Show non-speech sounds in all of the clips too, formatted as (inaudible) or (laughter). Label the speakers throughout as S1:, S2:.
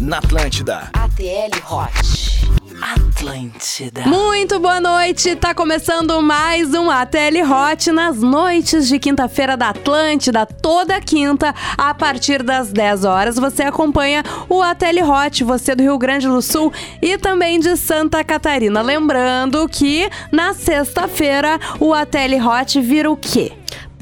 S1: na Atlântida.
S2: ATL Hot.
S3: Tá.
S2: Atlântida.
S4: Muito boa noite, tá começando mais um ATL Hot nas noites de quinta-feira da Atlântida, toda quinta, a partir das 10 horas. Você acompanha o ATL Hot, você do Rio Grande do Sul e também de Santa Catarina. Lembrando que na sexta-feira o ATL Hot vira o quê?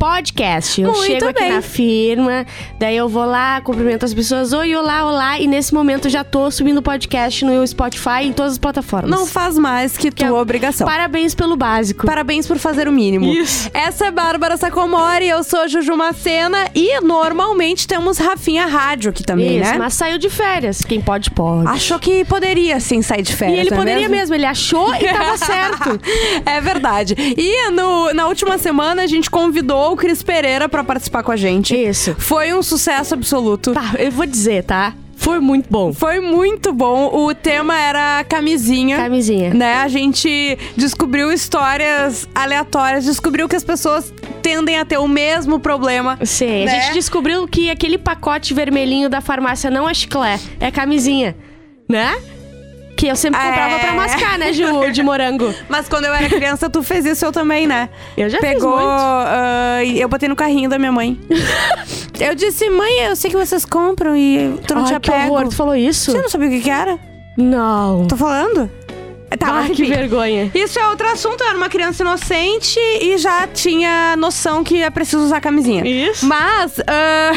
S3: podcast. Eu
S4: Muito
S3: chego
S4: bem.
S3: aqui na firma, daí eu vou lá, cumprimento as pessoas, oi, olá, olá, e nesse momento eu já tô subindo podcast no Spotify e em todas as plataformas.
S4: Não faz mais que tua
S3: é-
S4: obrigação.
S3: Parabéns pelo básico.
S4: Parabéns por fazer o mínimo.
S3: Isso.
S4: Essa é Bárbara Sacomori, eu sou Juju Macena e normalmente temos Rafinha Rádio aqui também,
S3: Isso,
S4: né?
S3: mas saiu de férias. Quem pode, pode.
S4: Achou que poderia sim sair de
S3: E
S4: férias.
S3: ele
S4: não é
S3: poderia mesmo, ele achou e
S4: (laughs)
S3: tava certo.
S4: é verdade. E no- na última semana a gente convidou o Cris Pereira pra participar com a gente.
S3: Isso.
S4: Foi um sucesso absoluto.
S3: Tá, eu vou dizer, tá? Foi muito bom.
S4: Foi muito bom. O tema era camisinha.
S3: Camisinha.
S4: Né? A gente descobriu histórias aleatórias, descobriu que as pessoas tendem a ter o mesmo problema.
S3: Sim,
S4: Né?
S3: a gente descobriu que aquele pacote vermelhinho da farmácia não é chiclé, é camisinha, né? Que eu sempre
S4: É.
S3: comprava pra mascar,
S4: (laughs)
S3: né, Ju, de morango.
S4: Mas quando eu era criança, tu fez isso eu também, né?
S3: Eu já fiz
S4: Pegou,
S3: muito.
S4: ah, e eu botei no carrinho da minha
S3: (laughs)
S4: mãe. eu disse, mãe, eu sei que vocês compram e tu não
S3: Ai,
S4: tinha
S3: que
S4: pego.
S3: horror, tu falou isso?
S4: Você não sabia o que, que era?
S3: Não.
S4: Tô falando? Tá,
S3: Ai,
S4: mas
S3: que
S4: enfim.
S3: vergonha.
S4: Isso é outro assunto, eu era uma criança inocente e já tinha noção que é preciso usar camisinha.
S3: Isso.
S4: Mas ah,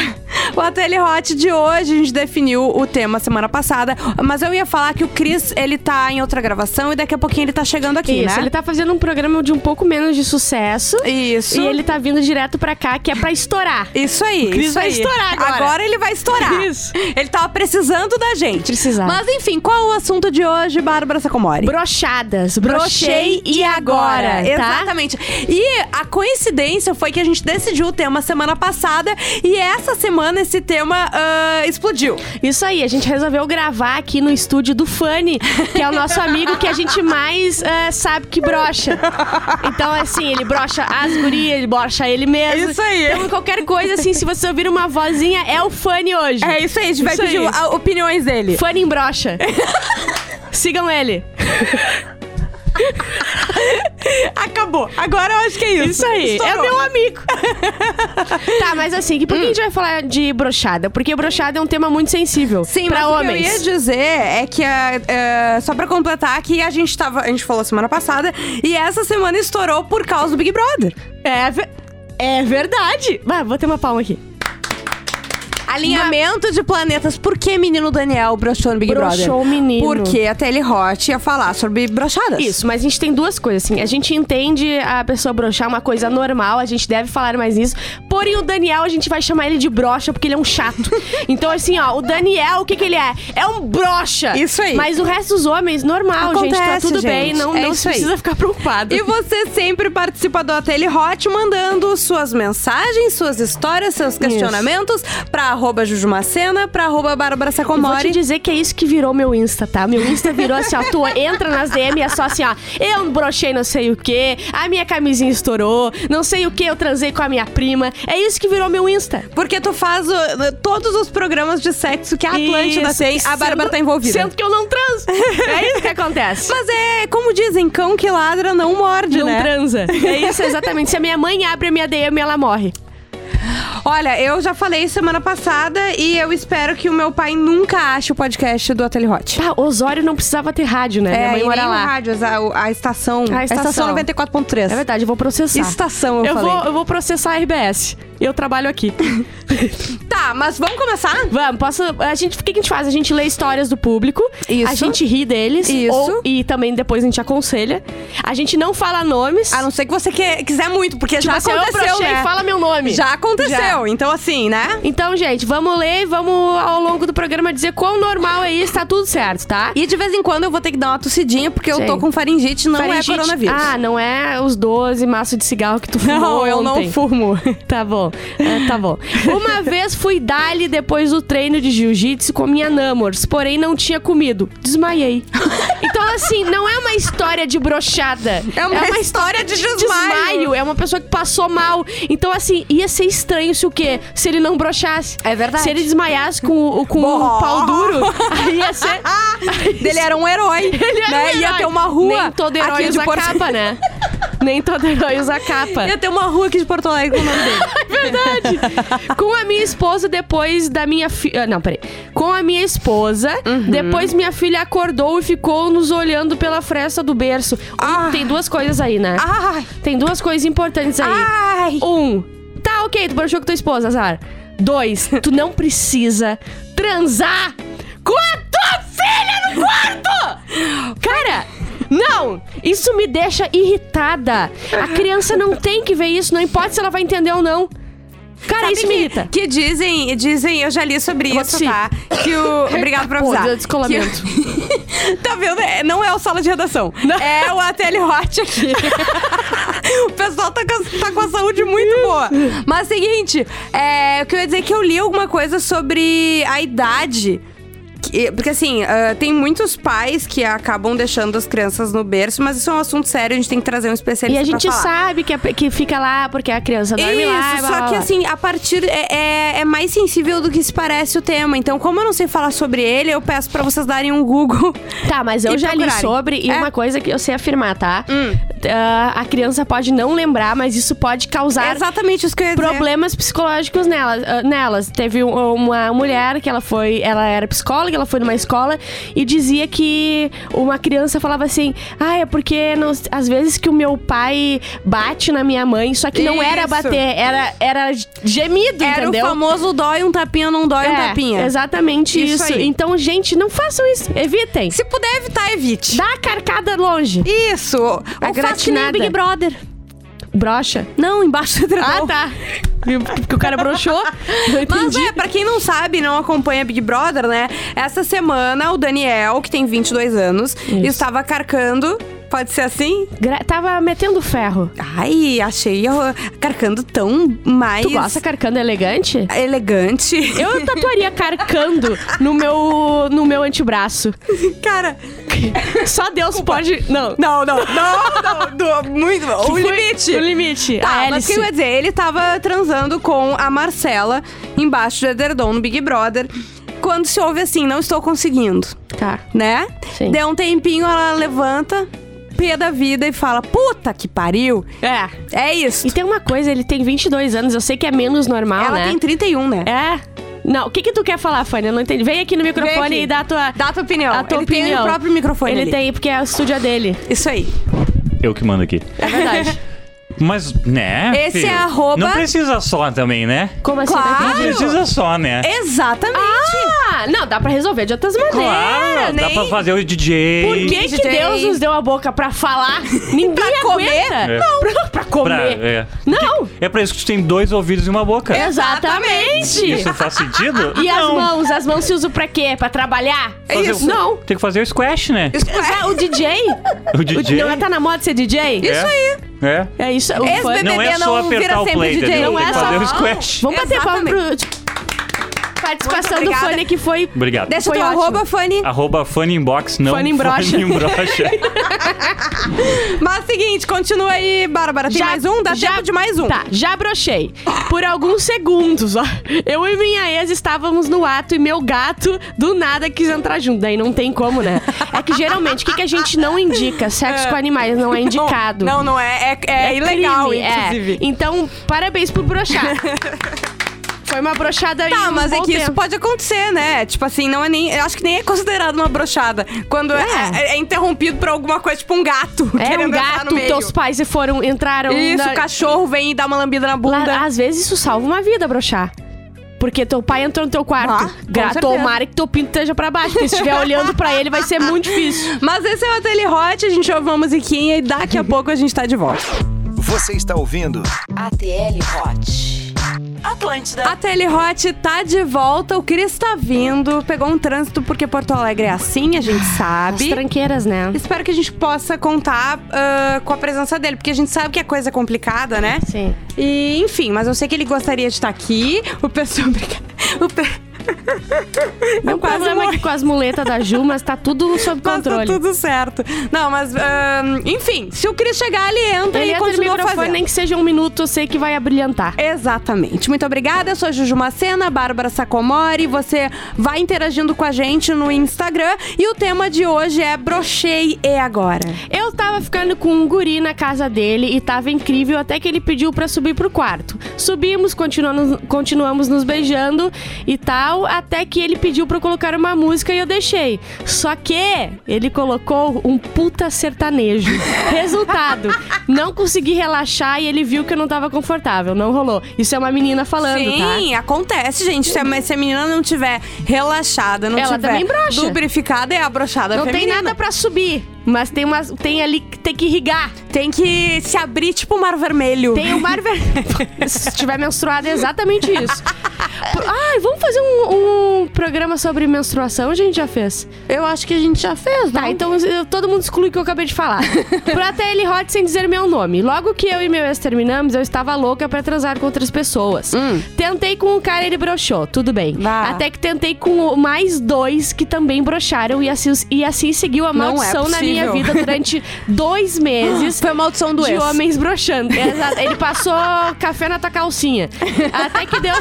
S4: o Ateli Hot de hoje, a gente definiu o tema semana passada, mas eu ia falar que o Cris, ele tá em outra gravação e daqui a pouquinho ele tá chegando aqui,
S3: Isso,
S4: né?
S3: ele tá fazendo um programa de um pouco menos de sucesso.
S4: Isso.
S3: E ele tá vindo direto pra cá, que é pra estourar.
S4: Isso aí.
S3: Cris
S4: isso
S3: vai
S4: aí.
S3: estourar agora.
S4: Agora ele vai estourar.
S3: Isso.
S4: Ele tava precisando da gente.
S3: Precisava.
S4: Mas enfim, qual o assunto de hoje, Bárbara Sacomori?
S3: Brochadas.
S4: Brochei
S3: Brochei e agora, tá?
S4: Exatamente. E a coincidência foi que a gente decidiu o tema semana passada e essa semana esse tema ah, explodiu.
S3: Isso aí, a gente resolveu gravar aqui no estúdio do Fanny, que é o nosso amigo que a gente mais eh, sabe que brocha. Então, assim, ele brocha as gurias, ele brocha ele mesmo.
S4: Isso aí.
S3: Então, qualquer coisa, assim, se você ouvir uma vozinha, é o Fanny hoje.
S4: É isso aí, a gente vai
S3: Isso
S4: pedir
S3: aí.
S4: a- opiniões dele.
S3: Fanny em brocha. Sigam ele.
S4: (laughs) Acabou. Agora eu acho que é isso.
S3: Isso aí, é
S4: Estourou. (laughs)
S3: meu amigo. tá, mas assim, que por que a gente vai falar de brochada? Porque brochada é um tema muito sensível
S4: Sim,
S3: pra
S4: mas
S3: homens.
S4: o que eu ia dizer é que, ah, ah, só pra completar, que a gente tava, a gente falou semana passada, e essa semana estourou por causa do Big Brother.
S3: É, ve- é verdade. Vai, vou ter uma palma aqui.
S4: Alinhamento de planetas. Por que menino Daniel broxou no Big
S3: Broxou
S4: Brother?
S3: o menino.
S4: Porque a Tele Hot ia falar sobre broxadas.
S3: Isso, mas a gente tem duas coisas, assim. A gente entende a pessoa broxar uma coisa normal, a gente deve falar mais nisso. Porém, o Daniel, a gente vai chamar ele de broxa, porque ele é
S4: (laughs)
S3: um chato. então, assim, ó, o Daniel, o que que ele é? É um broxa!
S4: Isso aí.
S3: Mas o resto dos homens, normal, gente, tá
S4: Acontece,
S3: tudo
S4: gente.
S3: bem, não,
S4: É
S3: não
S4: isso
S3: se
S4: aí.
S3: precisa ficar preocupado.
S4: E você sempre participa do Ateli Hot, mandando suas mensagens, suas histórias, seus questionamentos pra arroba Jujumacena, pra arroba Bárbara
S3: Eu Vou te
S4: Sacomori.
S3: dizer que é isso que virou meu Insta, tá? Meu Insta virou assim, ó. Tu entra nas DM e é só assim, ó. Eu brochei não sei o quê, a minha camisinha estourou, não sei o que, eu transei com a minha prima. É isso que virou meu Insta.
S4: Porque tu faz o- né, todos os programas de sexo que a Atlântida
S3: Isso,
S4: tem, a Bárbara
S3: sendo-
S4: tá envolvida.
S3: Sendo que eu não transo. (laughs) É isso que acontece.
S4: Mas é, como dizem, cão que ladra não morde,
S3: não
S4: né?
S3: transa. (laughs) É isso, exatamente. Se a minha mãe abre a minha DM, ela morre.
S4: Olha, eu já falei semana passada e eu espero que o meu pai nunca ache o podcast do Ateli Hot.
S3: Pá, Osório não precisava ter rádio, né? minha
S4: É,
S3: mãe
S4: e
S3: mora
S4: nem o
S3: lá.
S4: rádio, a, a estação,
S3: A estação.
S4: 94.3.
S3: É verdade, eu vou processar.
S4: Estação, eu,
S3: eu,
S4: falei.
S3: vou, eu vou processar a RBS. Eu
S4: (laughs)
S3: trabalho aqui.
S4: Tá, mas vamos começar?
S3: Vamos, posso. A gente, o que a gente faz? A gente lê histórias do público,
S4: Isso.
S3: a gente ri deles,
S4: Isso.
S3: ou- e também depois a gente aconselha. A gente não fala nomes.
S4: A não ser que você que- quiser muito, porque já
S3: Tipo assim, eu
S4: aconteceu,
S3: brochei,
S4: né?
S3: fala meu nome.
S4: Já aconteceu,
S3: Já.
S4: então assim, né?
S3: Então, gente, vamos ler e vamos ao longo do programa dizer quão normal é isso, tá tudo certo, tá?
S4: E de vez em quando eu vou ter que dar uma tossidinha, porque eu
S3: Sim.
S4: tô com faringite, não
S3: Faringite-
S4: é coronavírus.
S3: Ah, não é os 12 maços de cigarro que tu fumou
S4: Não, eu não
S3: ontem.
S4: fumo.
S3: (laughs) Tá bom, É, tá bom. Uma vez fui dali depois do treino de jiu-jitsu com minha namors, porém não tinha comido.
S4: (laughs)
S3: Desmaiei. Então, assim, não é uma história de brochada.
S4: É uma história de desmaio.
S3: É uma pessoa que passou mal. Então, assim, ia ser estranho se o quê? Se ele não brochasse.
S4: É verdade.
S3: Se ele desmaiasse com, o- com o
S4: Bom. (laughs)
S3: pau duro, aí ia ser.
S4: Ele Ah, era um herói.
S3: (laughs) Ele era
S4: né?
S3: um
S4: Ia
S3: herói.
S4: ter uma rua.
S3: Nem todo herói
S4: aqui de
S3: usa
S4: Porto...
S3: capa, né? Nem todo herói usa capa.
S4: (laughs) Ia ter uma rua aqui de Porto Alegre com o nome
S3: (laughs)
S4: dele.
S3: Verdade. Com a minha esposa, depois da minha filha. Não, peraí. Com a minha esposa,
S4: Uhum.
S3: depois minha filha acordou e ficou nos olhando pela fresta do berço. Um,
S4: Ah.
S3: Tem duas coisas aí, né?
S4: Ai!
S3: Tem duas coisas importantes aí.
S4: Ai!
S3: Um, tá ok, tu broxou com tua esposa, Azar. Dois, tu não precisa transar com a tua filha no quarto! Cara, não! Isso me deixa irritada. A criança não tem que ver isso, não importa se ela vai entender ou não. Cara,
S4: Sabe
S3: isso
S4: que,
S3: me irrita.
S4: que dizem, dizem, eu já li sobre
S3: vou
S4: isso,
S3: tossir.
S4: tá? Que o. Obrigado por
S3: Pô,
S4: avisar.
S3: deu descolamento.
S4: Que- tá vendo? É, não é o sala de redação. É o ATL Hot
S3: (laughs)
S4: aqui. o pessoal tá com, a- tá com a saúde muito boa. Mas seguinte, é, o que eu ia dizer é que eu li alguma coisa sobre a idade. que- Porque assim, ah, tem muitos pais que acabam deixando as crianças no berço, mas isso é um assunto sério, a gente tem que trazer um
S3: E
S4: especialista.
S3: a gente
S4: pra falar.
S3: sabe que, é- que fica lá porque a criança dorme
S4: Isso,
S3: lá. blá,
S4: só
S3: blá,
S4: que
S3: blá.
S4: assim, a partir. É, é, é mais sensível do que se parece o tema. Então, como eu não sei falar sobre ele, eu peço pra vocês darem um Google.
S3: Tá, mas eu
S4: E
S3: já li
S4: procurarem.
S3: sobre e
S4: É. Hum.
S3: uma coisa que eu sei afirmar, tá? Ah, a criança pode não lembrar, mas isso pode
S4: É
S3: causar
S4: exatamente isso que eu ia dizer.
S3: problemas psicológicos nelas. ah, nelas. Teve um- uma mulher que ela foi, ela era psicóloga, ela foi numa escola e dizia que uma criança falava assim: "Ah, é porque não- às vezes que o meu pai bate na minha mãe, só que não era
S4: Isso.
S3: bater, era era gemido,
S4: Era
S3: entendeu?"
S4: o famoso dói um tapinha, não dói um
S3: É,
S4: tapinha.
S3: Exatamente isso.
S4: Isso aí.
S3: Então, gente, não façam isso. Evitem.
S4: Se puder evitar, evite.
S3: Dá a carcada longe.
S4: Isso! Ou faz que nem
S3: gratinada.
S4: o Big Brother.
S3: Brocha?
S4: Não, embaixo do edredom.
S3: tá. Porque o
S4: (laughs)
S3: cara brochou. Não
S4: Mas
S3: entendi.
S4: é, pra quem não sabe, não acompanha Big Brother, né? Essa semana o Daniel, que tem 22 anos, estava carcando. Pode ser assim?
S3: Gra- tava metendo ferro.
S4: Ai, achei eu carcando tão mais
S3: Tu gosta carcando elegante?
S4: elegante.
S3: Eu tatuaria carcando no meu, no meu antebraço.
S4: (laughs) Cara,
S3: Só Deus pode. Não.
S4: não, não, não, não, não, muito.
S3: Que
S4: O
S3: foi
S4: limite.
S3: O limite.
S4: Tá,
S3: a
S4: mas o que
S3: hélice.
S4: eu ia dizer? Ele tava transando com a Marcela embaixo do edredom no Big Brother. Quando se ouve assim, não estou conseguindo,
S3: Tá.
S4: né?
S3: Sim.
S4: Deu um tempinho, ela levanta, pé da vida e fala: Puta que pariu!
S3: É.
S4: É isso.
S3: E tem uma coisa, ele tem 22 anos, eu sei que é menos normal,
S4: Ela
S3: né?
S4: tem 31, né?
S3: É. Não, o que que tu quer falar, Fanny? Eu não entendi. Vem aqui no microfone
S4: aqui.
S3: e dá a tua,
S4: Dá a tua opinião.
S3: a tua
S4: ele
S3: opinião.
S4: tem o próprio microfone.
S3: Ele
S4: ali.
S3: tem, porque é o estúdio é dele.
S4: Isso aí.
S1: Eu que mando aqui.
S3: É verdade.
S1: (laughs) Mas, né?
S4: Esse
S1: filho,
S4: é arroba-
S1: Não precisa só também, né?
S3: Como assim?
S4: Claro. É,
S3: Não
S1: Não
S3: entendi.
S1: precisa só, né?
S4: Exatamente.
S3: Ah, não, dá pra resolver de outras maneiras.
S1: Claro, dá
S4: nem-
S1: pra fazer o DJ.
S3: Por que, que
S4: DJ?
S3: Deus nos deu a boca pra falar? Ninguém
S4: Pra comer?
S3: aguenta.
S1: É.
S3: Não, pra, pra
S1: Pra,
S3: comer.
S1: é.
S3: Não.
S1: Porque é pra isso que tu tem dois ouvidos e uma boca.
S3: Exatamente.
S1: Isso faz sentido?
S3: assim. (laughs) E as
S1: não.
S3: mãos? As mãos se usam pra quê? Pra trabalhar?
S4: É
S1: Fazer o-
S3: Não.
S1: Tem que fazer o squash, né?
S3: Usar o DJ?
S1: O DJ.
S3: Não é tá na moda ser DJ?
S1: É.
S4: Isso aí.
S1: É.
S3: É isso. o
S4: Esse
S3: fã-
S4: bebê-
S1: Não é
S4: BBB
S1: só
S4: não vira
S1: apertar o
S4: sempre
S1: play,
S4: DJ.
S1: entendeu?
S3: Não
S1: Tem
S3: é
S1: que
S3: só-
S1: fazer o squash.
S3: Vamos bater palma pro... tipo, Participação
S4: Muito
S3: do
S4: obrigada.
S3: Fanny que foi...
S1: Obrigado.
S4: Deixa o
S3: Foi
S4: teu
S3: ótimo.
S4: arroba, Fanny.
S1: Arroba Funinbox, não
S3: Fone em brocha.
S1: Fone em brocha.
S4: Mas é seguinte, continua aí, Bárbara. Tem mais um? Dá
S3: já,
S4: tempo de mais um.
S3: Tá, já brochei. Por alguns segundos, ó. Eu e minha ex estávamos no ato e meu gato do nada quis entrar junto. Daí não tem como, né? É que geralmente, o que, que a gente não indica? Sexo com animais não é indicado.
S4: Não, não, é, é, é
S3: É
S4: ilegal,
S3: crime, é.
S4: inclusive.
S3: Então, parabéns
S4: (laughs)
S3: por brochar. Foi uma brochada em
S4: Tá,
S3: um
S4: mas é
S3: bom
S4: que isso
S3: tempo.
S4: pode acontecer, né? Tipo assim, não é nem. eu Acho que nem é considerado uma brochada. Quando é, é- é interrompido por alguma coisa, tipo um gato.
S3: Era um
S4: querendo entrar
S3: gato,
S4: no meio.
S3: teus pais foram, entraram...
S4: Isso,
S3: na-
S4: o cachorro vem e dá uma lambida na bunda.
S3: Lá- às vezes isso salva uma vida, broxar. Porque teu pai entrou no teu
S4: Ah,
S3: quarto.
S4: com
S3: Gra-
S4: certeza.
S3: Tomara que teu pinto esteja pra baixo. Porque se estiver olhando pra ele, vai ser muito difícil.
S4: Mas esse é o Ateli Hot, a gente ouve uma musiquinha e daqui
S3: (laughs)
S4: a pouco a gente tá de volta.
S5: Você está ouvindo?
S2: ATL Hot. Atlântida.
S4: A Tele Hot tá de volta, o Cris tá vindo, pegou um trânsito porque Porto Alegre é assim, a gente
S3: As
S4: sabe.
S3: tranqueiras, né?
S4: Espero que a gente possa contar ah, com a presença dele, porque a gente sabe que é coisa complicada, né?
S3: Sim. (laughs)
S4: E, enfim, mas eu sei que ele gostaria de estar aqui. O pessoal. (laughs) Obrigada. O pe-
S3: Meu
S4: quase
S3: É um problema
S4: morri.
S3: aqui com as muletas da Ju, mas tá tudo sob
S4: Mas tá
S3: controle.
S4: tudo certo. Não, mas ahn, enfim, se o Cris chegar, ele entra
S3: Ele
S4: e
S3: entra no
S4: continua
S3: microfone,
S4: fazendo.
S3: nem que seja um minuto, eu sei que vai abrilhantar.
S4: Exatamente. Muito obrigada. Eu sou a Juju Macena, Bárbara Sacomori. Você vai interagindo com a gente no Instagram. E o tema de hoje é Brochei e Agora.
S3: Eu tava ficando com um guri na casa dele e tava incrível até que ele pediu pra subir pro quarto. Subimos, continuamos, continuamos nos beijando e tal, até que ele pediu pra eu colocar uma música e eu deixei. Só que ele colocou um puta sertanejo.
S4: (laughs)
S3: Resultado, não consegui relaxar e ele viu que eu não tava confortável, não rolou. Isso é uma menina falando, tá?
S4: Sim, é acontece, gente. Se a, mas se a menina não tiver relaxada, não
S3: Ela
S4: tiver
S3: também brocha.
S4: lubrificada, é a brochada
S3: Não tem
S4: feminina.
S3: nada pra subir, mas tem umas, tem ali que tem que irrigar.
S4: Tem que se abrir tipo o mar vermelho.
S3: Tem um o
S4: (laughs)
S3: mar vermelho. Se tiver menstruado, é exatamente isso. Pro- (laughs) Ai, vamos fazer um, um programa sobre menstruação? A gente já fez.
S4: Eu acho que a gente já fez,
S3: Tá, então eu- todo mundo exclui o que eu acabei
S4: (laughs)
S3: de falar. Pra até ele hot sem dizer meu nome. Logo que eu e meu ex terminamos, eu estava louca pra transar com outras pessoas. Tentei com um cara, ele broxou. Tudo bem.
S4: Hum. Vá.
S3: Até que tentei com o- mais dois que também broxaram e assim, e assim seguiu a
S4: Não é
S3: maldição na
S4: possível.
S3: minha vida durante dois meses
S4: Foi a maldição do
S3: de
S4: ex.
S3: homens broxando. Exato. Ele passou café na tua calcinha. Até que deu.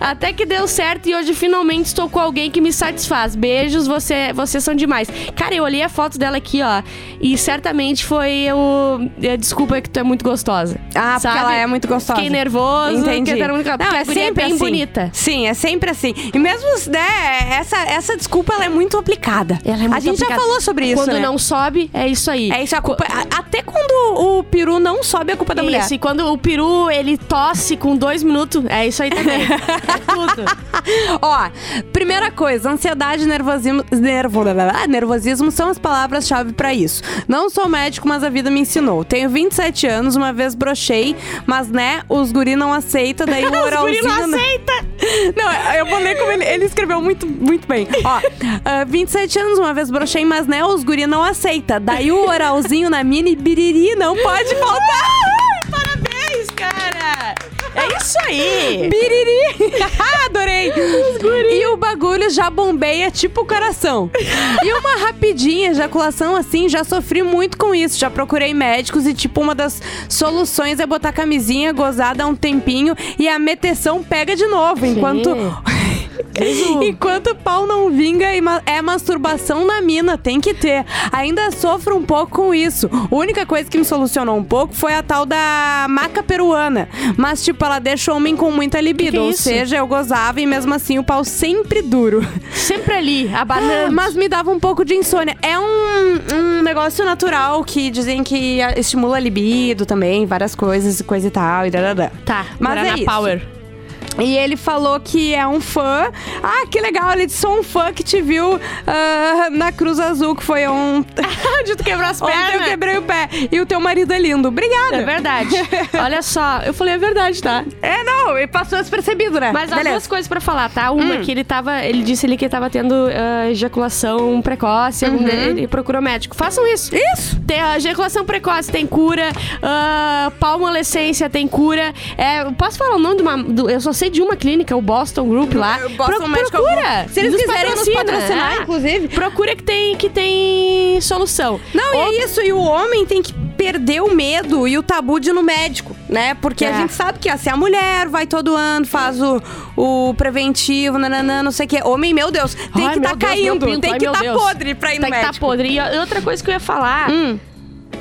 S3: Até que deu certo e hoje finalmente estou com alguém que me satisfaz. Beijos, você, vocês são demais. Cara, eu olhei a foto dela aqui, ó. E certamente foi o. é, Desculpa é que tu é muito gostosa.
S4: Ah,
S3: Sabe?
S4: porque ela é muito gostosa.
S3: Fiquei nervoso.
S4: Entendi.
S3: porque era muito-
S4: Não,
S3: porque a
S4: é
S3: guria
S4: sempre
S3: bem
S4: assim.
S3: bonita.
S4: Sim, é sempre assim. E mesmo, né, essa, essa desculpa, ela é muito aplicada.
S3: Ela é muito
S4: A gente já
S3: aplicada.
S4: falou sobre isso,
S3: Quando
S4: né?
S3: não sobe, é isso aí.
S4: É isso, a culpa... a- até quando o peru não sobe, a culpa é da mulher.
S3: Isso, e quando o peru, ele tosse com dois minutos, é isso
S4: (laughs)
S3: aí também. é tudo.
S4: Ó, primeira coisa, ansiedade e nervosismo, nervo- nervosismo são as palavras-chave pra isso. Não sou médico, mas a vida me ensinou. Tenho 27 anos, uma vez brochei, mas né, os guri não aceita, (laughs) daí o oralzinho...
S3: não
S4: aceita! (laughs) Não, eu vou ler como ele, ele escreveu muito, muito bem. Ó, ah, 27 anos, uma vez brochei, mas né, os guri não aceita, daí o oralzinho na mini biriri não pode faltar. (laughs)
S3: Parabéns, cara! É isso aí!
S4: Biriri! (laughs) Adorei! E o bagulho já bombeia tipo o coração. E uma rapidinha ejaculação assim, já sofri muito com isso. Já procurei médicos e, tipo, uma das soluções é botar camisinha, gozar, dar um tempinho e a meteção pega de novo. Enquanto. (laughs)
S3: (laughs)
S4: Enquanto o pau não vinga, e ma- é masturbação na mina, tem que ter. Ainda sofro um pouco com isso. A única coisa que me solucionou um pouco foi a tal da maca peruana. Mas, tipo, ela deixa o homem com muita libido.
S3: Que que é
S4: ou
S3: isso?
S4: seja, eu gozava e mesmo assim o pau sempre duro.
S3: Sempre ali,
S4: (laughs)
S3: abanando.
S4: Mas me dava um pouco de insônia. É um, um negócio natural que dizem que ah, estimula a libido também, várias coisas, coisa e tal, e dadadã.
S3: Tá,
S4: mas
S3: morar
S4: é
S3: na
S4: isso. (laughs)
S3: Power.
S4: E ele falou que é um fã. Ah, que legal, ele disse: sou um fã que te viu ah, na Cruz Azul, que foi um.
S3: Onde tu quebrou
S4: (laughs)
S3: as
S4: Ontem eu quebrei o pé. E o teu marido é lindo. Obrigada.
S3: É verdade.
S4: (laughs)
S3: Olha só, eu falei a verdade, tá?
S4: É, não, e passou despercebido, né?
S3: Mas há
S4: Beleza. Hum.
S3: duas coisas pra falar, tá? Uma que ele tava. Ele disse ali que ele tava tendo ah, ejaculação precoce, algum
S4: Uhum.
S3: de- ele procurou médico. Façam isso.
S4: Isso!
S3: Tem, ah, ejaculação precoce tem cura, ah, palmolescência tem cura. É, eu posso falar o nome de uma. do- eu só sei de uma clínica, o Boston Group lá.
S4: O Boston Medical
S3: procura!
S4: Group. Se eles quiserem nos patrocinar,
S3: é.
S4: inclusive.
S3: Procura que tem, que tem solução.
S4: Não,
S3: Outra-
S4: e é isso, e o homem tem que perder o medo e o tabu de ir no médico, né? Porque
S3: É.
S4: a gente sabe que assim, a mulher vai todo ano, faz o, o preventivo, nananã, não sei o quê. Homem, meu Deus, tem
S3: Ai,
S4: que
S3: meu
S4: tá
S3: Deus,
S4: caindo,
S3: meu pinto,
S4: tem
S3: ai,
S4: que
S3: meu
S4: tá
S3: Deus.
S4: podre pra ir no
S3: Tá que
S4: médico. Hum.
S3: tá podre. E ó, outra coisa que eu ia falar.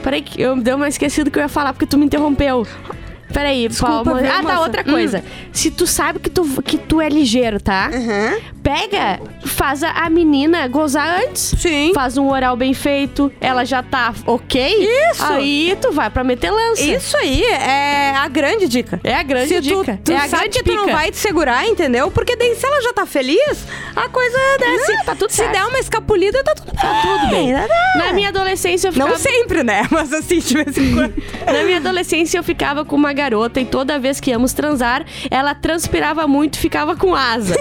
S3: Peraí, que eu deu uma esquecida que eu ia falar, porque tu me interrompeu. Peraí,
S4: Desculpa,
S3: Palma.
S4: viu,
S3: Ah, tá,
S4: moça? Hum.
S3: outra coisa. Se tu sabe que tu, que tu é ligeiro, tá? Pega, faz a, a menina gozar antes.
S4: Sim.
S3: Faz um oral bem feito, ela já tá ok.
S4: Isso.
S3: Aí tu vai pra meter lança.
S4: Isso aí é a grande dica.
S3: É a grande
S4: se tu-
S3: dica.
S4: Tu,
S3: é a
S4: sabe
S3: grande
S4: que tu não
S3: pica.
S4: vai te segurar, entendeu? Porque daí, se ela já tá feliz, a coisa desce.
S3: Não, tá tudo
S4: se
S3: certo.
S4: der uma escapulida, tá tudo bem. Tá tudo bem.
S3: Na minha adolescência eu
S4: Não
S3: ficava...
S4: sempre, né? (laughs) Mas assim, de vez em
S3: (laughs)
S4: quando.
S3: Na minha adolescência, eu ficava
S4: (laughs)
S3: com uma garota e toda vez que íamos transar, ela transpirava muito e ficava com asa.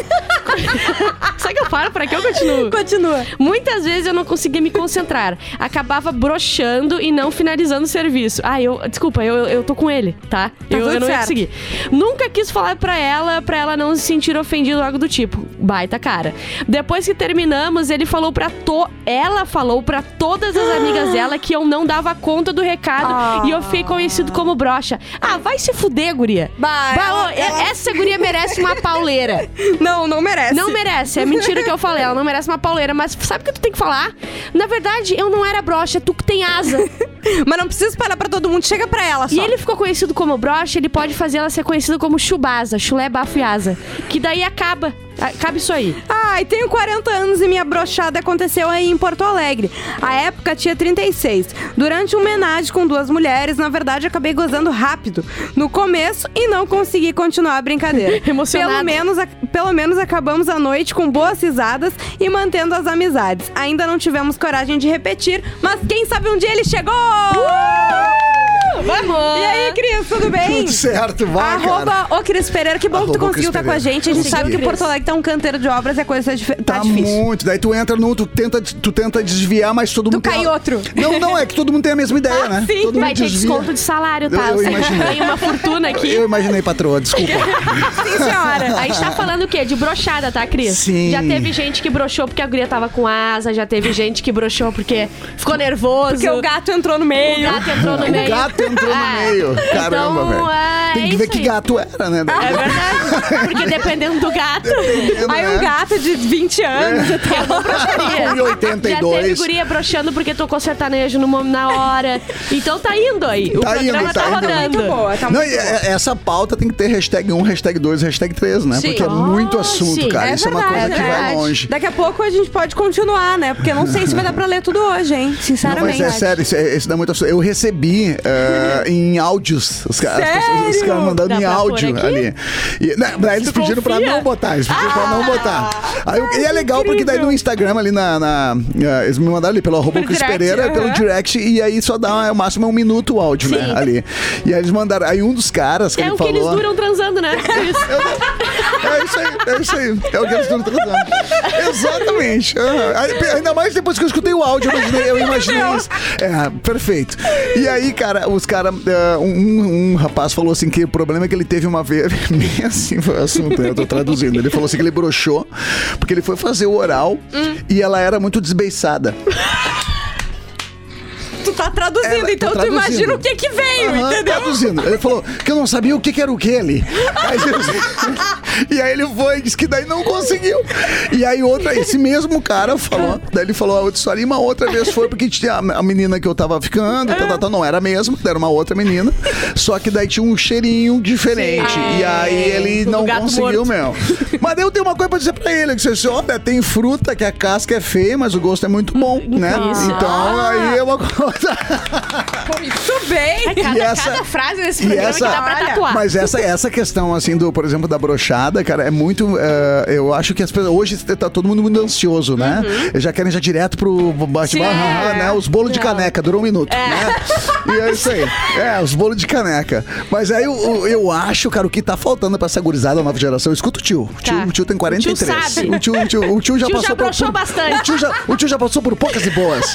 S3: Será que eu paro por aqui ou continuo?
S4: Continua.
S3: Muitas vezes eu não conseguia me concentrar. Acabava broxando e não finalizando o serviço. Ah, eu. Desculpa, eu, eu tô com ele, tá? eu, eu
S4: tudo
S3: não ia
S4: certo.
S3: conseguir. Nunca quis falar pra ela, pra ela não se sentir ofendida ou algo do tipo. Baita cara. Depois que terminamos, ele falou pra to... Ela falou pra todas as amigas dela que eu não dava conta do recado
S4: Ah.
S3: e eu fiquei conhecido como broxa. Ah, vai se fuder, guria.
S4: Bah, ela-
S3: ô, e- Essa guria merece uma pauleira.
S4: Não, não merece.
S3: Não merece, é mentira o que eu falei. Ela não merece uma pauleira, mas sabe o que tu tem que falar? Na verdade, eu não era broxa, tu que tem asa.
S6: (laughs)
S4: Mas não precisa espalhar pra todo mundo, chega pra ela só.
S3: e ele ficou conhecido como broxa, ele pode fazer ela ser conhecida como chubasa, chulé, bafo e asa. Que daí acaba. Acaba isso aí.
S4: Ai, tenho 40 anos e minha brochada aconteceu aí em Porto Alegre. A época tinha 36. Durante um homenagem com duas mulheres, na verdade, acabei gozando rápido no começo e não consegui continuar a (laughs) brincadeira.
S3: Emocionada.
S4: Pelo menos, ac- pelo menos acabamos a noite com boas risadas e mantendo as amizades. Ainda não tivemos coragem de repetir, mas quem sabe um dia ele chegou! Uh!
S3: Vamos!
S4: E aí, Cris, tudo bem?
S6: Tudo certo, vai, cara.
S4: Arroba o Cris Pereira, que bom que tu
S6: Arroba o
S4: conseguiu
S6: Cris
S4: estar com a
S6: Pereira.
S4: gente. A gente
S6: Consegui.
S4: sabe que Porto Alegre tá um canteiro de obras e a coisa tá, dif- tá
S6: Tá
S4: difícil.
S6: muito. Daí tu entra num, tu tenta, tu tenta desviar, mas todo mundo. tem
S4: cai
S6: a-
S4: outro. Ah,
S6: Não, não, é que todo mundo tem a mesma ideia, né?
S4: sim.
S6: todo mundo
S3: Vai ter
S6: desvia.
S3: desconto de salário, tá?
S6: Eu- eu
S3: sei que
S6: imaginei.
S3: tem uma fortuna aqui.
S6: Eu imaginei,
S3: (laughs)
S6: patroa, desculpa.
S4: Sim, senhora.
S3: A gente tá falando o quê? De brochada, tá, Cris?
S6: Sim.
S3: Já teve gente que broxou porque a guria tava com asa, já teve gente que broxou porque ficou nervoso.
S4: Porque o gato entrou no
S3: O
S4: meio.
S3: gato entrou no meio.
S6: O gato entrou
S3: Ah,
S6: no meio. Caramba,
S3: então,
S6: velho.
S3: é,
S6: Tem que
S3: é
S6: ver
S3: isso
S6: que
S3: aí.
S6: gato era, né?
S3: É verdade. Porque dependendo do gato.
S6: Dependendo,
S4: Aí
S6: né? É.
S4: um gato de 20 anos.
S3: Eu não broxaria.
S6: Um e oitenta e
S3: Já teve
S6: dois.
S3: guria broxando porque tocou sertanejo no momento na hora. Então tá indo aí. O
S6: Tá
S3: programa tá,
S6: indo, tá indo.
S3: rodando.
S4: Muito boa, tá
S6: Não,
S4: muito
S6: e
S4: boa.
S6: é- essa pauta tem que ter hashtag 1, hashtag 2, hashtag 3, né?
S4: Sim.
S6: Porque é
S4: Ah,
S6: muito assunto,
S3: sim.
S6: cara.
S4: É
S6: Isso é uma
S4: verdade,
S6: coisa que
S4: é
S6: vai
S4: verdade.
S6: longe.
S4: Daqui a pouco a gente pode continuar, né? Porque eu não sei se vai dar pra ler tudo hoje, hein?
S6: Não, mas
S4: Sinceramente.
S6: é sério, esse, esse dá muito assunto. Eu recebi eh, em áudios. Os caras, as pessoas, os
S4: Sério?
S6: caras mandando
S3: Dá
S6: em
S3: pra pôr
S6: áudio
S3: aqui?
S6: ali. E, né, daí eles
S3: Tu
S6: pediram pra
S3: confia? Ah,
S6: não botar. Eles pediram pra não botar. Aí eu- e é
S4: que
S6: legal, porque daí
S4: incrível.
S6: no Instagram ali na. na- eh, eles me mandaram ali pelo arroba
S4: Pelo
S6: Cris
S4: direct,
S6: Pereira, pelo
S4: aham.
S6: direct, e aí só dá o máximo é um minuto o áudio, né? Ali. E aí eles mandaram. Aí um dos caras que
S3: É
S6: ele
S3: o que
S6: falou.
S3: eles duram transando,
S6: (laughs)
S3: né? Isso.
S6: É isso aí, é isso aí. É o que eles estão transando. Exatamente. Aham. Aí, pe- Ainda mais depois que eu escutei o áudio, eu imaginei, eu imaginei isso. É, perfeito. E aí, cara, os caras. um, um rapaz falou assim que o problema é que ele teve uma (laughs) vez. Bem assim foi o assunto, né? Eu tô traduzindo. Ele falou assim que ele broxou, porque ele foi fazer o oral e ela era muito desbeiçada.
S4: Tu tá traduzindo,
S6: Ela- tô
S4: então
S6: traduzindo.
S4: tu imagina o que que veio,
S6: Aham,
S4: entendeu?
S6: Traduzindo. Ele falou que eu não sabia o que, que era o que ali. Aí ele- e aí ele foi e disse (laughs) que daí não conseguiu. E aí outra, esse mesmo cara falou, daí ele falou a outra história e uma outra vez foi porque tinha a, a menina que eu tava ficando, tá, tá, tá, não era a mesma, era uma outra menina, só que daí tinha um cheirinho diferente. E aí ele
S3: É, do
S6: não
S3: gato
S6: conseguiu mesmo. Mas daí eu tenho uma coisa pra dizer pra ele, que você disse, olha, tem fruta que a casca é feia, mas o gosto é muito bom, né?
S3: Isso. Ah.
S6: Então aí é (laughs) uma coisa...
S4: Muito bem.
S3: Cada,
S6: E essa-
S3: cada frase nesse
S6: e
S3: programa
S6: essa-
S3: que dá pra
S4: Olha,
S3: tatuar.
S6: Mas essa, essa questão, assim, do, por exemplo, da brochada, cara, é muito. eh, eu acho que as pessoas. Hoje tá todo mundo muito ansioso, né? Já querem já direto pro bate-barra,
S4: Sim, é.
S6: né? Os bolos de caneca, durou um minuto. Né? E é isso aí. É, os bolos de caneca. Mas aí eu, eu, eu acho, cara, o que tá faltando pra essa gurizada nova geração. Escuta o tio. O tio,
S3: Tá.
S6: o tio tem
S3: O tio
S6: 43.
S3: sabe.
S6: O tio, o tio, o tio já
S3: Tio já
S6: passou
S3: broxou
S6: por.
S3: bastante.
S6: O tio, já, o tio já passou por poucas e boas.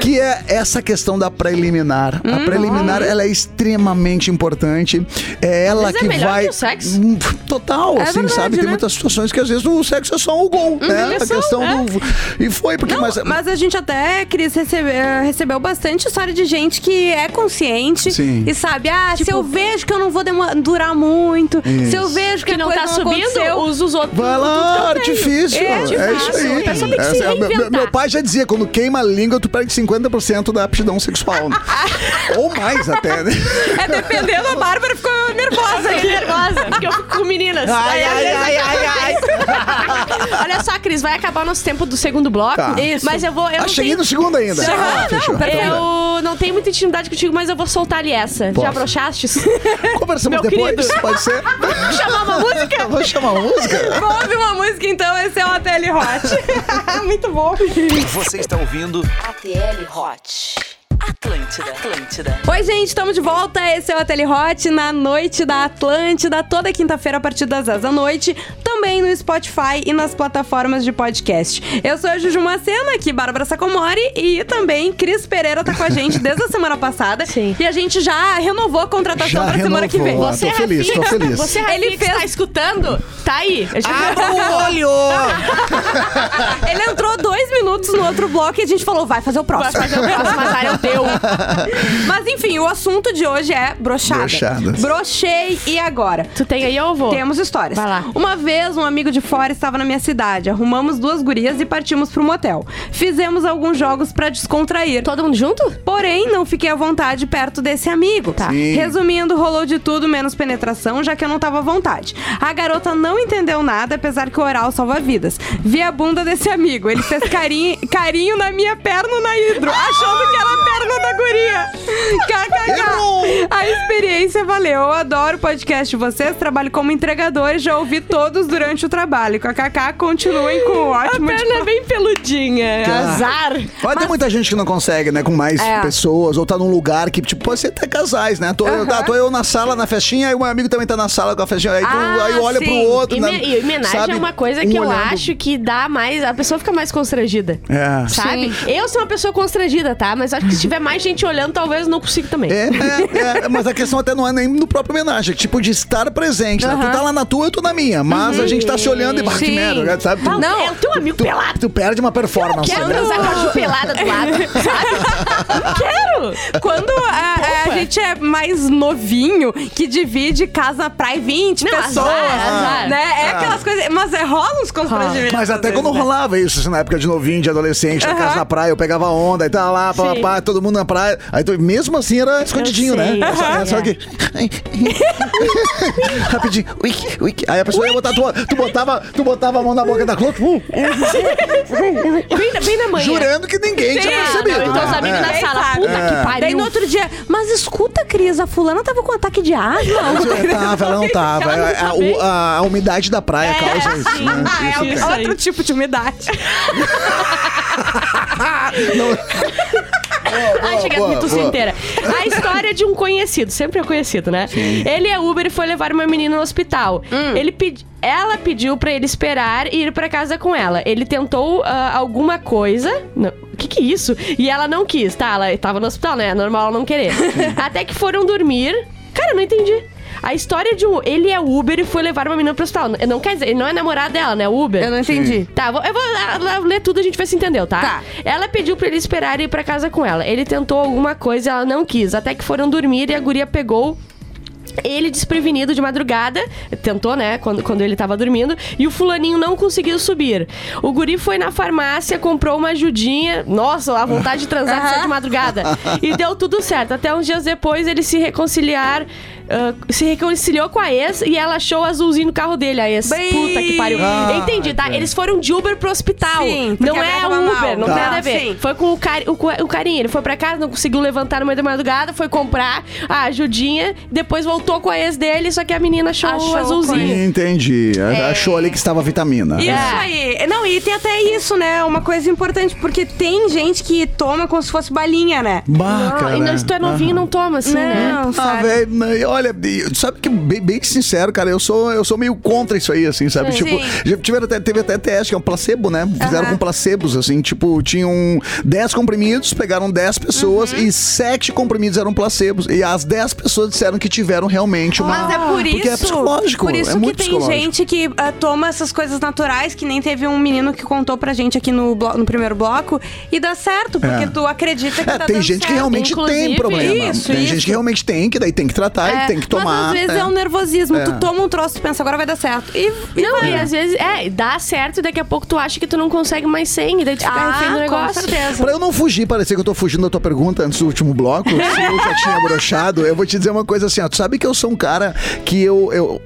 S6: Que é essa questão da preliminar. A preliminar, ela é extremamente importante. É ela
S3: vezes é
S6: que
S3: melhor
S6: vai.
S3: que o sexo.
S6: Hum, Total, assim,
S4: verdade,
S6: sabe? Tem
S4: né?
S6: muitas situações que às vezes o sexo é só o gol, né? A
S3: são,
S6: questão
S3: é.
S6: do. E foi, porque.
S4: Não, mas,
S6: mas,
S4: a gente até, Cris, recebe- eh, recebeu bastante história de gente que é consciente
S6: Sim.
S4: e sabe, ah, se
S3: Tipo-
S4: eu vejo que eu não vou demo- durar muito, se eu
S6: Isso.
S4: vejo que,
S3: que
S4: a
S3: não
S4: coisa
S3: tá subindo,
S4: aconteceu,
S3: usa os outros.
S6: Vai
S3: produtos que
S6: lá,
S3: eu tenho.
S6: artifício.
S4: É,
S6: É,
S4: artifício.
S6: isso aí.
S4: A pessoa
S3: tem que se
S6: Essa- é meu- meu,
S3: reinventar.
S6: meu pai já dizia, quando queima a língua, tu perde 50% da aptidão sexual. né? Ou mais até, né?
S4: é dependendo, a Bárbara ficou nervosa
S3: Fiquei
S4: aqui.
S3: nervosa, (laughs) porque eu fico com meninas. Aí, às vezes,
S6: ai, ai.
S3: Olha só, Cris, vai acabar o nosso tempo do segundo bloco.
S6: Tá.
S3: Isso. Mas eu vou. Eu
S6: Ah,
S3: não
S6: cheguei
S3: tenho...
S6: no segundo ainda.
S3: Ah,
S6: Ah, fechou.
S3: não,
S4: É
S3: eu não tenho muita intimidade contigo, mas eu vou soltar ali essa. Já
S4: (laughs)
S6: Posso?
S3: broxastes?
S6: Conversamos
S3: Meu
S6: depois,
S3: querido.
S6: pode ser?
S3: (laughs) Vamos chamar uma música?
S6: Vamos chamar uma música?
S4: Vamos ouvir uma música então, esse é o ATL Hot. (laughs) Muito bom.
S5: Você está ouvindo
S2: ATL Hot. Atlântida. Atlântida.
S4: Oi, gente, estamos de volta. Esse é o Ateli Hot na noite da Atlântida, toda quinta-feira a partir das 10 da noite. Tamo também no Spotify e nas plataformas de podcast. Eu sou a Juju Macena, aqui Bárbara Sacomori e também Cris Pereira tá com a gente desde a semana passada.
S3: (laughs) Sim. é
S4: E a gente já renovou a contratação
S6: Já
S4: pra semana que vem.
S6: renovou. Ah, tô feliz, tô
S3: Rafinha,
S6: feliz.
S3: Você, Rafinha,
S4: é Ele
S3: que
S4: fez-
S3: tá escutando? Tá aí. A gente
S5: olho!
S4: Ele entrou dois minutos no outro bloco e a gente falou, vai fazer o
S3: vai
S4: próximo.
S3: fazer o próximo
S4: (laughs)
S3: azar, é o teu.
S4: Mas enfim, o assunto de hoje é brochada.
S6: Brochadas.
S4: Brochei e agora?
S3: Tu tem aí ou eu vou?
S4: Temos histórias.
S3: Vai lá.
S4: Uma vez, um amigo de fora estava na minha cidade. Arrumamos duas gurias e partimos pro motel. Fizemos alguns jogos pra descontrair.
S3: Todo mundo junto?
S4: Porém, não fiquei à vontade perto desse amigo. Tá.
S6: Sim.
S4: Resumindo, rolou de tudo menos penetração, já que eu não tava à vontade. A garota não entendeu nada, apesar que o oral salva vidas. Vi a bunda desse amigo. Ele fez
S3: (laughs)
S4: carinho, carinho na minha perna na hidro, achando que era a perna da guria. KKK. A experiência valeu. Eu adoro o podcast de vocês, trabalho como entregador e já ouvi todos durante o trabalho. KKK, continuem com o
S3: A
S4: ótimo de
S6: tipo,
S3: perna é bem
S6: (laughs)
S3: peludinha.
S6: Tá.
S3: É Azar.
S6: Mas, tem muita gente que não consegue, né? Com mais
S4: É.
S6: pessoas, ou tá num lugar que, tipo, pode ser até casais, né? Tô, eu, tá, tô eu na sala, na festinha, aí o meu amigo também tá na sala com a festinha. Aí, tu-
S4: Ah,
S6: aí olha pro
S4: sim.
S6: outro.
S3: E
S6: né?
S3: me- e homenagem
S6: Sabe?
S3: é uma coisa
S6: Um
S3: que eu
S6: olhando-
S3: acho que dá mais. A pessoa fica mais constrangida.
S6: É.
S3: Sabe? Eu sou uma pessoa constrangida, tá? Mas acho que se tiver mais gente olhando, talvez eu não consiga também.
S6: É, é, é, mas a questão até não é nem do próprio homenagem, é tipo de estar presente. né? Tu tá lá na tua, eu tô na minha, mas a gente tá se olhando e bah, que
S4: Sim.
S6: merda, cara, sabe? Tu,
S3: Não, é o teu amigo
S6: tu,
S3: pelado.
S6: tu perde uma performance.
S3: Quero
S6: né?
S3: transar com a Ju pelada do lado,
S2: (laughs)
S3: sabe? Não quero!
S4: Quando a, a gente é mais novinho, que divide casa praia 20
S3: Não,
S4: pessoas,
S3: azar, azar.
S4: né? É aquelas coisas... Mas é, rola uns constrangimentos.
S6: Ah. Mas até
S4: às
S6: quando
S4: vezes, né?
S6: rolava isso, assim, na época de novinho, de adolescente, na casa
S4: Aham.
S6: na praia, eu pegava onda e tá lá, pá,
S3: Sim.
S6: pá, pá, todo mundo na praia. Aí tu- mesmo assim era escondidinho, né?
S3: sei.
S6: É só, é
S3: Aham.
S6: só aqui. (laughs) Rapidinho. Ui, ui. Aí a pessoa ia botar tua. Tu botava, tu botava a mão na boca da clã, tu- uh.
S3: (laughs) Bem, na- bem na manhã.
S6: jurando que ninguém tinha
S3: Ah,
S6: percebido.
S3: não, então
S6: né?
S3: os amigos
S6: É.
S3: na
S4: Ninguém
S3: sala,
S4: sabe.
S3: puta que pariu.
S4: Daí no outro dia, mas escuta, Cris, a fulana tava com ataque de asma.
S6: Ela tava, ela não tava. É,
S3: Ela não É,
S6: A- a-
S3: sabia.
S6: o- a, a umidade da praia causa isso. Né?
S4: Ah, é
S3: Isso aí.
S4: outro tipo de umidade.
S3: Ai, cheguei
S6: boa,
S3: a tosse
S6: boa.
S3: inteira. A história de um conhecido, sempre é conhecido, né? Ele é Uber e foi levar uma menina no hospital.
S4: Hum.
S3: Ele pedi- Ela pediu pra ele esperar e ir pra casa com ela. Ele tentou ah, alguma coisa. Não, O que que é isso? E ela não quis, tá? Ela tava no hospital, né? É Normal ela não querer. Até que foram dormir. Cara, eu não entendi. A história de um. Ele é Uber e foi levar uma menina pro hospital. Não quer dizer, ele não é namorado dela, né? Uber.
S4: Eu não entendi.
S3: Tá, vou- eu vou lá- lá ler tudo, a gente vai se entender, tá?
S4: Tá.
S3: Ela pediu pra ele esperar e ir pra casa com ela. Ele tentou alguma coisa e ela não quis. Até que foram dormir e a guria pegou. Ele desprevenido de madrugada, tentou, né, quando, quando ele tava dormindo, e o fulaninho não conseguiu subir. O guri foi na farmácia, comprou uma ajudinha, nossa, a vontade de transar de ser de madrugada, e deu tudo certo. Até uns dias depois ele se reconciliar, ah, se reconciliou com a ex, e ela achou o azulzinho no carro dele, a ex.
S4: Bem-
S3: Puta que pariu.
S6: Ah,
S3: Entendi, tá? Eles foram de Uber pro hospital.
S4: Sim, porque
S3: não
S4: a mulher
S3: é
S4: tava
S3: Uber,
S4: mal.
S3: não
S4: Tá.
S3: tem nada a ver.
S4: Sim.
S3: Foi com o, cari o, cu- o carinha. Ele foi pra casa, não conseguiu levantar no meio da madrugada, foi comprar a ajudinha, depois voltou com a ex dele, só que a menina achou,
S4: Achou
S3: o azulzinho.
S6: Entendi.
S3: É.
S6: Achou ali que estava vitamina.
S4: Isso aí. Não, e tem até isso, né? Uma coisa importante, porque tem gente que toma como se fosse balinha, né?
S6: Bah,
S3: Não,
S6: cara.
S3: e não, se tu é novinho, não toma assim, né?
S4: Não,
S6: Ah,
S4: sabe?
S6: velho, não, e olha, e sabe que bem, bem sincero, cara, eu sou, eu sou meio contra isso aí, assim, sabe?
S4: Sim.
S6: Tipo,
S4: Sim.
S6: já tiveram até, teve até teste, que é um placebo, né? Fizeram
S4: Aham.
S6: com placebos, assim, tipo, tinham 10 comprimidos, pegaram 10 pessoas
S4: Uhum.
S6: e 7 comprimidos eram placebos. E as 10 pessoas disseram que tiveram realmente uma.
S4: Mas é por isso.
S6: Porque é psicológico,
S4: Por isso
S6: é
S4: que
S6: muito
S4: tem
S6: psicológico.
S4: gente que ah, toma essas coisas naturais, que nem teve um menino que contou pra gente aqui no, blo- no primeiro bloco, e dá certo, porque
S6: É.
S4: tu acredita que
S6: É,
S4: tá
S6: tem
S4: dando
S6: gente que
S4: certo.
S6: realmente tem
S3: inclusive.
S6: problema.
S4: Isso,
S6: tem
S4: isso.
S6: gente que realmente tem, que daí tem que tratar
S4: É,
S6: e tem que tomar.
S4: Mas às vezes é,
S6: né?
S4: um nervosismo.
S6: É.
S4: Tu toma um troço, tu pensa, agora vai dar certo. E, e
S3: Não,
S4: vai.
S3: e às vezes, é, dá certo e daqui a pouco tu acha que tu não consegue mais sem, e daí tu fica
S4: Ah,
S3: refém do
S4: com
S3: negócio.
S4: certeza.
S6: Pra eu não fugir, parecer que eu tô fugindo da tua pergunta antes do último bloco, se eu já tinha brochado, eu vou te dizer uma coisa assim, ó. Tu sabe que eu sou um cara que eu. eu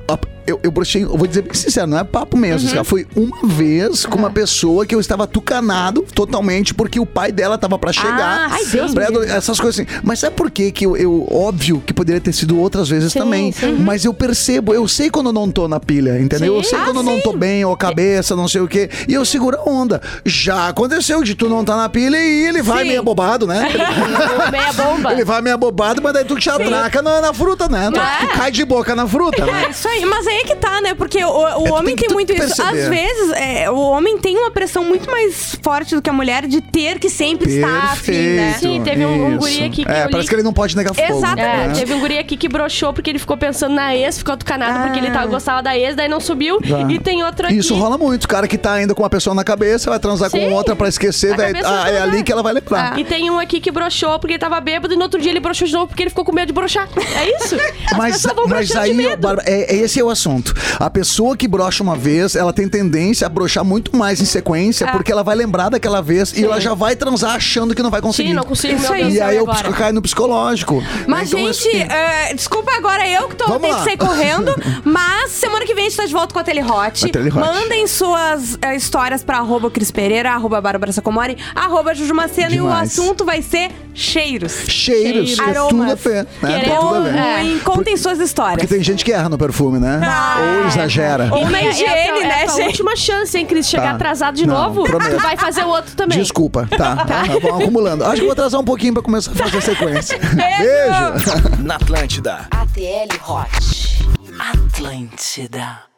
S6: eu, eu brochei, eu vou dizer bem sincero, não é papo mesmo, cara. Foi uma vez com uma pessoa que eu estava tucanado totalmente porque o pai dela tava pra chegar.
S4: ai, Deus
S6: Pra
S4: me
S6: ado- essas coisas assim. Mas sabe por que que eu, eu- Óbvio que poderia ter sido outras vezes também. Mas eu percebo, eu sei quando eu não tô na pilha, entendeu? Eu sei
S3: Uhum. Sim.
S6: quando eu não tô bem, ou a cabeça, não sei o quê. E eu seguro a onda. Já aconteceu aconteceu de tu não tá na pilha e ele vai
S4: Sim.
S6: meio
S3: (laughs)
S6: abobado, né?
S4: é
S3: Meia bomba.
S6: Ele vai meio abobado, mas daí tu te atraca na, na fruta, né? Tu,
S4: Mas-
S6: tu cai de boca na fruta, né?
S4: É, (laughs) isso aí. Mas aí é que tá, né? Porque o, o
S6: tem
S4: homem
S6: que
S4: tem
S6: tu
S4: muito isso.
S6: perceber.
S4: Às vezes, é, o homem tem uma pressão muito mais forte do que a mulher de ter que sempre estar afim, né?
S6: Perfeito.
S3: Sim, teve um- um
S6: Isso.
S3: guri aqui que
S6: É,
S3: eu
S6: parece
S3: li-
S6: que ele não pode negar fogo.
S3: É,
S4: Exatamente.
S6: né?
S3: teve um guri aqui que broxou porque ele ficou pensando na ex, ficou tucanado porque
S4: Ah.
S3: ele tava, gostava da ex, daí não subiu.
S6: Tá.
S3: E tem outro aqui.
S6: Isso rola muito. O cara que tá ainda com uma pessoa na cabeça, vai transar
S3: Sim.
S6: com outra pra esquecer,
S3: A
S6: daí,
S3: cabeça
S6: ah, é
S3: toda.
S6: ali que ela vai lembrar.
S3: E tem um aqui que broxou porque ele tava bêbado e no outro dia ele broxou de novo porque ele ficou com medo de broxar. É
S6: (laughs)
S3: isso? As
S6: Mas,
S3: pessoas vão
S6: mas
S3: broxando de
S6: aí,
S3: medo.
S6: Bárbara, é, é- esse é o assunto. A pessoa que brocha uma vez, ela tem tendência a brochar muito mais em sequência,
S3: É.
S6: porque ela vai lembrar daquela vez e ela já vai transar achando que não vai conseguir.
S3: Sim, não consigo,
S4: Isso
S3: meu
S4: aí.
S3: Deus do
S6: E
S3: céu,
S6: aí eu
S3: agora?
S6: cai no psicológico.
S4: Mas,
S6: Então, isso-
S4: gente, é, desculpa agora eu que tô,
S6: Vamos
S4: tenho
S6: lá.
S4: que sair
S6: (laughs)
S4: correndo. Mas semana que vem a gente tá de volta com a Tele Hot.
S6: Ateli Hot.
S4: Mandem suas é, histórias pra arroba Cris Pereira, arroba Bárbara Sacomori, arroba Juju Macena. E o
S6: Demais.
S4: assunto vai ser cheiros.
S6: Cheiros,
S3: Cheiros.
S6: que é tudo a ver. Né? Tem tudo a ver.
S3: um
S4: Contem, contem suas
S6: Porque
S4: histórias.
S6: tem gente que erra no perfume, né?
S3: Ah,
S6: Ou exagera.
S4: Ou na
S3: É, é a
S4: higiene,
S3: tua- é
S4: né,
S3: a tua
S4: gente?
S3: última chance, hein, Cris? Chegar
S6: Tá.
S3: atrasado de
S6: Não,
S3: novo,
S6: prometo.
S3: tu vai fazer o outro também.
S6: Desculpa, tá. tá. Vamos acumulando. Acho que vou atrasar um pouquinho pra começar a fazer a sequência. Beijo.
S5: Na Atlântida.
S2: ATL Hot. Atlântida.